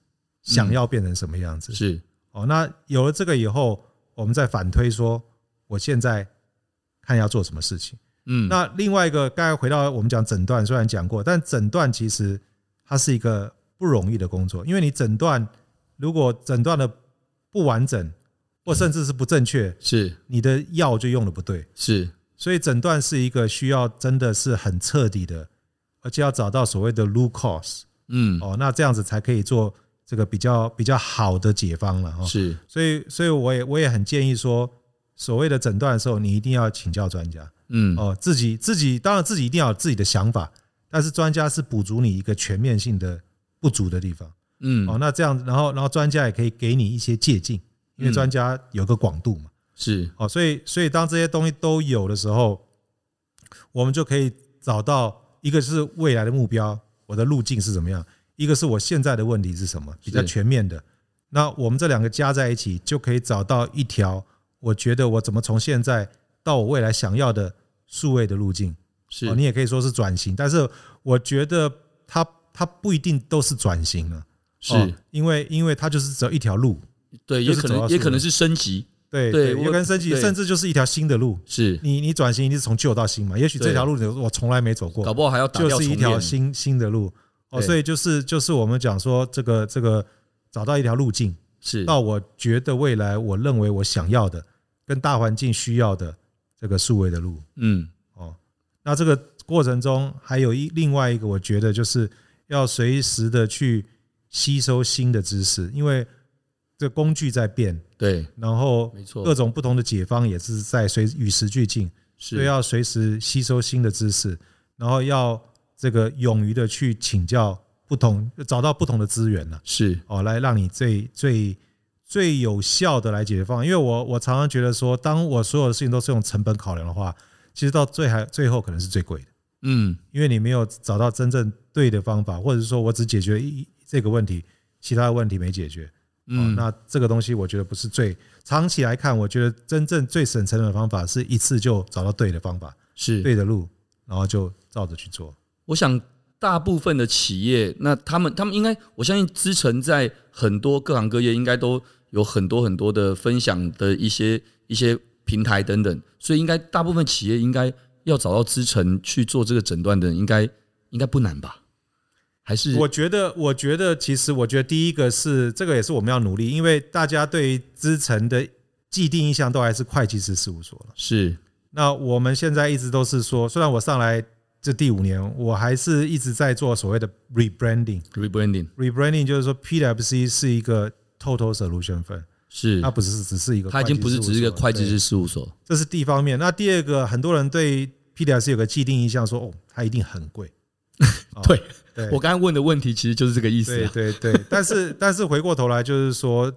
Speaker 3: 想要变成什么样子。
Speaker 2: 是
Speaker 3: 哦，那有了这个以后，我们再反推说，我现在看要做什么事情。
Speaker 2: 嗯
Speaker 3: 那另外一个，刚才回到我们讲诊断，虽然讲过，但诊断其实它是一个不容易的工作，因为你诊断如果诊断的不完整，或甚至是不正确，
Speaker 2: 是
Speaker 3: 你的药就用的不对，
Speaker 2: 是
Speaker 3: 所以诊断是一个需要真的是很彻底的，而且要找到所谓的 root cause
Speaker 2: 嗯
Speaker 3: 哦，那这样子才可以做这个比较比较好的解方了哦。
Speaker 2: 是
Speaker 3: 所以，所以我也我也很建议说，所谓的诊断的时候，你一定要请教专家。
Speaker 2: 嗯
Speaker 3: 哦，自己自己当然自己一定要有自己的想法，但是专家是补足你一个全面性的不足的地方。哦，
Speaker 2: 嗯
Speaker 3: 那这样，然后然后专家也可以给你一些借鉴，因为
Speaker 2: 嗯
Speaker 3: 专家有个广度嘛。
Speaker 2: 是
Speaker 3: 哦，所以所以当这些东西都有的时候，我们就可以找到一个是未来的目标，我的路径是怎么样；一个是我现在的问题是什么，比较
Speaker 2: 是
Speaker 3: 全面的。那我们这两个加在一起，就可以找到一条我觉得我怎么从现在到我未来想要的数位的路径。
Speaker 2: 是
Speaker 3: 哦，你也可以说是转型，但是我觉得它它不一定都是转型了，哦
Speaker 2: 是，
Speaker 3: 因为因为它就是只有一条路，
Speaker 2: 对，
Speaker 3: 就
Speaker 2: 也
Speaker 3: 是
Speaker 2: 可
Speaker 3: 走到
Speaker 2: 能也
Speaker 3: 树
Speaker 2: 可能
Speaker 3: 了
Speaker 2: 是升级，
Speaker 3: 对
Speaker 2: 对
Speaker 3: 有
Speaker 2: 我
Speaker 3: 跟升级，
Speaker 2: 对
Speaker 3: 甚至就是一条新的路。
Speaker 2: 是
Speaker 3: 你你转型一定是从旧到新嘛，也许这条路你我从来没走
Speaker 2: 搞
Speaker 3: 过，
Speaker 2: 不好还要打
Speaker 3: 就
Speaker 2: 掉
Speaker 3: 是
Speaker 2: 重
Speaker 3: 一条
Speaker 2: 练。
Speaker 3: 新新的路哦，
Speaker 2: 对
Speaker 3: 所以就是就是我们讲说这个这个找到一条路径，
Speaker 2: 是
Speaker 3: 到我觉得未来我认为我想要的，跟大环境需要的这个数位的路。
Speaker 2: 嗯
Speaker 3: 哦，那这个过程中还有一另外一个，我觉得就是要随时的去吸收新的知识，因为这工具在变，
Speaker 2: 对，
Speaker 3: 然后
Speaker 2: 没错
Speaker 3: 各种不同的解方也是在随与时俱进，所以
Speaker 2: 是
Speaker 3: 要随时吸收新的知识，然后要这个勇于的去请教不同，找到不同的资源呢、
Speaker 2: 是
Speaker 3: 哦，来让你最最最有效的来解决方案。因为我我常常觉得说，当我所有的事情都是用成本考量的话，其实到最还最后可能是最贵的，
Speaker 2: 嗯
Speaker 3: 因为你没有找到真正对的方法，或者是说我只解决一这个问题，其他的问题没解决。哦
Speaker 2: 嗯，
Speaker 3: 那这个东西我觉得不是最长期来看，我觉得真正最省成本的方法是一次就找到对的方法、
Speaker 2: 是
Speaker 3: 对的路，然后就照着去做。
Speaker 2: 我想大部分的企业，那他们他们应该，我相信资诚在很多各行各业应该都有很多很多的分享的一些一些平台等等，所以应该大部分企业应该要找到资诚去做这个诊断的人，应该应该不难吧？还是
Speaker 3: 我觉得，我觉得其实，我觉得第一个是这个也是我们要努力，因为大家对于资诚的既定印象都还是会计师事务所了。
Speaker 2: 是
Speaker 3: 那我们现在一直都是说，虽然我上来这第五年，我还是一直在做所谓的 rebranding。
Speaker 2: rebranding
Speaker 3: rebranding 就是说，PWC 是一个 total solution fund，
Speaker 2: 是
Speaker 3: 它，不只是只是一个，
Speaker 2: 他已经不是只是一个会计师，事务所，
Speaker 3: 这是第一方面。那第二个，很多人对 PWC 有个既定印象，说哦，它一定很 贵。哦
Speaker 2: 对
Speaker 3: 对，
Speaker 2: 我刚才问的问题其实就是这个意思
Speaker 3: 对
Speaker 2: 啊，
Speaker 3: 对对， 但是但是回过头来就是说，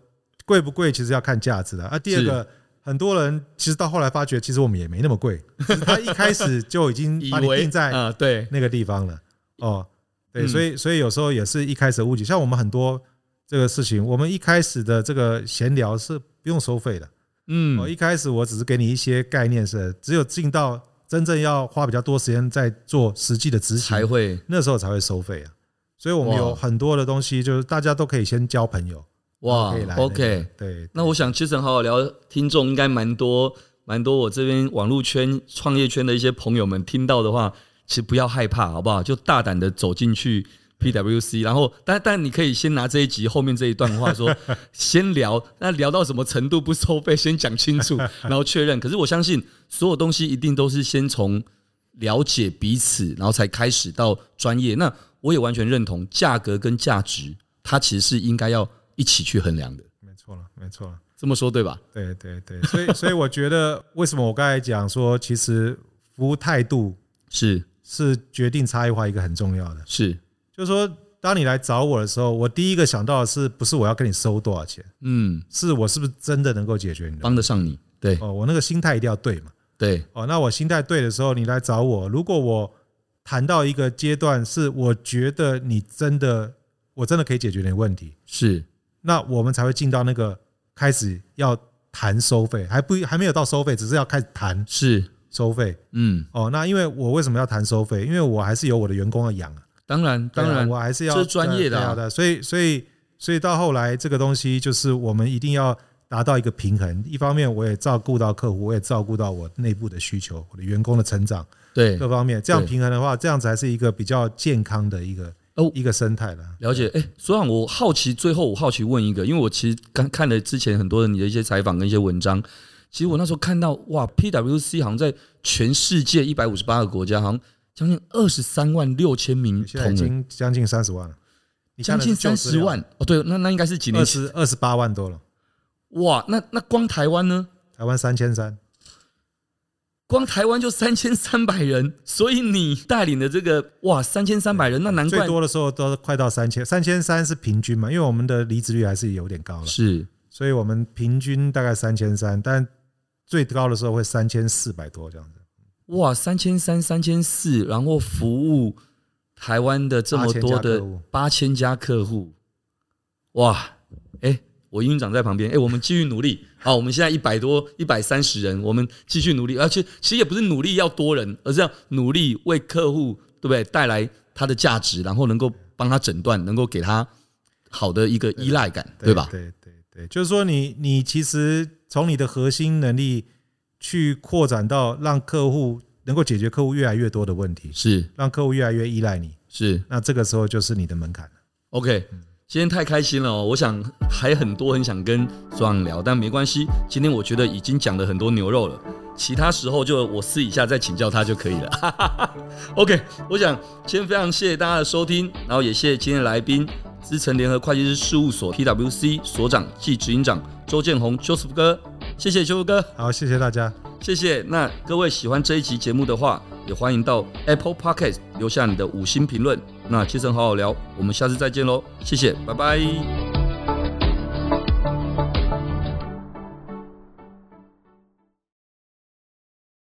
Speaker 3: 贵不贵其实要看价值的啊。第二个，很多人其实到后来发觉，其实我们也没那么贵，只是他一开始就已经
Speaker 2: 以
Speaker 3: 把你
Speaker 2: 为
Speaker 3: 定在
Speaker 2: 啊对
Speaker 3: 那个地方了。哦，对，
Speaker 2: 嗯
Speaker 3: 所以所以有时候也是一开始误解，像我们很多这个事情，我们一开始的这个闲聊是不用收费的。
Speaker 2: 嗯
Speaker 3: 哦，一开始我只是给你一些概念是，只有进到真正要花比较多时间在做实际的执行
Speaker 2: 才会
Speaker 3: 那时候才会收费啊。所以我们
Speaker 2: 哇
Speaker 3: 有很多的东西，就是大家都可以先交朋友，
Speaker 2: 哇
Speaker 3: 可以来那个
Speaker 2: ，OK。
Speaker 3: 对，
Speaker 2: 那我想其实很好好聊，听众应该蛮多蛮多，我这边网络圈、创业圈的一些朋友们听到的话，其实不要害怕，好不好？就大胆的走进去 PWC，然后但但你可以先拿这一集后面这一段话说，先聊，那聊到什么程度不收费，先讲清楚，然后确认。可是我相信所有东西一定都是先从了解彼此，然后才开始到专业。那我也完全认同，价格跟价值，它其实是应该要一起去衡量的。
Speaker 3: 没错了，没错了，
Speaker 2: 这么说对吧？
Speaker 3: 对对对，所以 所以我觉得，为什么我刚才讲说，其实服务态度
Speaker 2: 是
Speaker 3: 是决定差异化一个很重要的，
Speaker 2: 是，
Speaker 3: 就是说，当你来找我的时候，我第一个想到的是，不是我要跟你收多少钱，
Speaker 2: 嗯，
Speaker 3: 是我是不是真的能够解决你的？
Speaker 2: 帮得上你，对
Speaker 3: 哦，我那个心态一定要对嘛。
Speaker 2: 对，
Speaker 3: 哦，那我心态对的时候，你来找我。如果我谈到一个阶段，是我觉得你真的我真的可以解决你的问题，
Speaker 2: 是
Speaker 3: 那我们才会进到那个开始要谈收费，还不还没有到收费，只是要开始谈
Speaker 2: 是，
Speaker 3: 收费
Speaker 2: 嗯，
Speaker 3: 哦。那因为我为什么要谈收费？因为我还是有我的员工要养啊，
Speaker 2: 当然
Speaker 3: 对啊
Speaker 2: 当然
Speaker 3: 我还是要
Speaker 2: 这是专业的啊
Speaker 3: 对啊对啊所以所以所以到后来这个东西就是我们一定要达到一个平衡，一方面我也照顾到客户，我也照顾到我内部的需求，我的员工的成长
Speaker 2: 对
Speaker 3: 各方面，这样
Speaker 2: 对
Speaker 3: 平衡的话，这样才是一个比较健康的一个
Speaker 2: 哦
Speaker 3: 一个生态啦。
Speaker 2: 了解，哎、所以我好奇，最后我好奇问一个，因为我其实刚看了之前很多的你的一些采访跟一些文章，其实我那时候看到，哇，PWC 好像在全世界一百五十八个国家，好像将近二十三万六千名
Speaker 3: 现在已
Speaker 2: 同仁，
Speaker 3: 经将近三十万了，你看
Speaker 2: 将近
Speaker 3: 的是旧
Speaker 2: 三
Speaker 3: 资
Speaker 2: 十
Speaker 3: 料，
Speaker 2: 万哦，对，那那应该是几
Speaker 3: 二
Speaker 2: 年前，
Speaker 3: 十二十八万多了，
Speaker 2: 哇，那那光台湾呢？
Speaker 3: 台湾三千三。
Speaker 2: 光台湾就三千三百人，所以你带领的这个哇三千三百人，那难
Speaker 3: 最
Speaker 2: 怪
Speaker 3: 多的时候都快到三千，三千三是平均嘛，因为我们的离职率还是有点高了，
Speaker 2: 是
Speaker 3: 所以我们平均大概三千三，但最高的时候会三千四百多这样子，
Speaker 2: 哇，三千三、三千四，然后服务台湾的这么多的八千家客户，哇！哎，我营运长在旁边，哎，我们继续努力。好，我们现在一百多、一百三十人，我们继续努力。而且其实也不是努力要多人，而是要努力为客户，对不对？带来他的价值，然后能够帮他诊断，能够给他好的一个依赖感，对吧？
Speaker 3: 对对对，就是说你你其实从你的核心能力去扩展到让客户能够解决客户越来越多的问题，
Speaker 2: 是
Speaker 3: 让客户越来越依赖你，
Speaker 2: 是。
Speaker 3: 那这个时候就是你的门槛了。
Speaker 2: OK，今天太开心了哦！我想还很多很想跟所长聊，但没关系，今天我觉得已经讲了很多牛肉了，其他时候就我私底下再请教他就可以了。 哈哈哈 OK，我想先非常谢谢大家的收听，然后也谢谢今天的来宾。资诚联合会计师事务所 PWC 所长暨执行长周建宏 Joseph 哥，谢谢 Joseph 哥。
Speaker 3: 好，谢谢大家，
Speaker 2: 谢谢。那各位喜欢这一集节目的话，也欢迎到 Apple Podcast 留下你的五星评论。那切成好好聊，我们下次再见喽，谢谢，拜拜。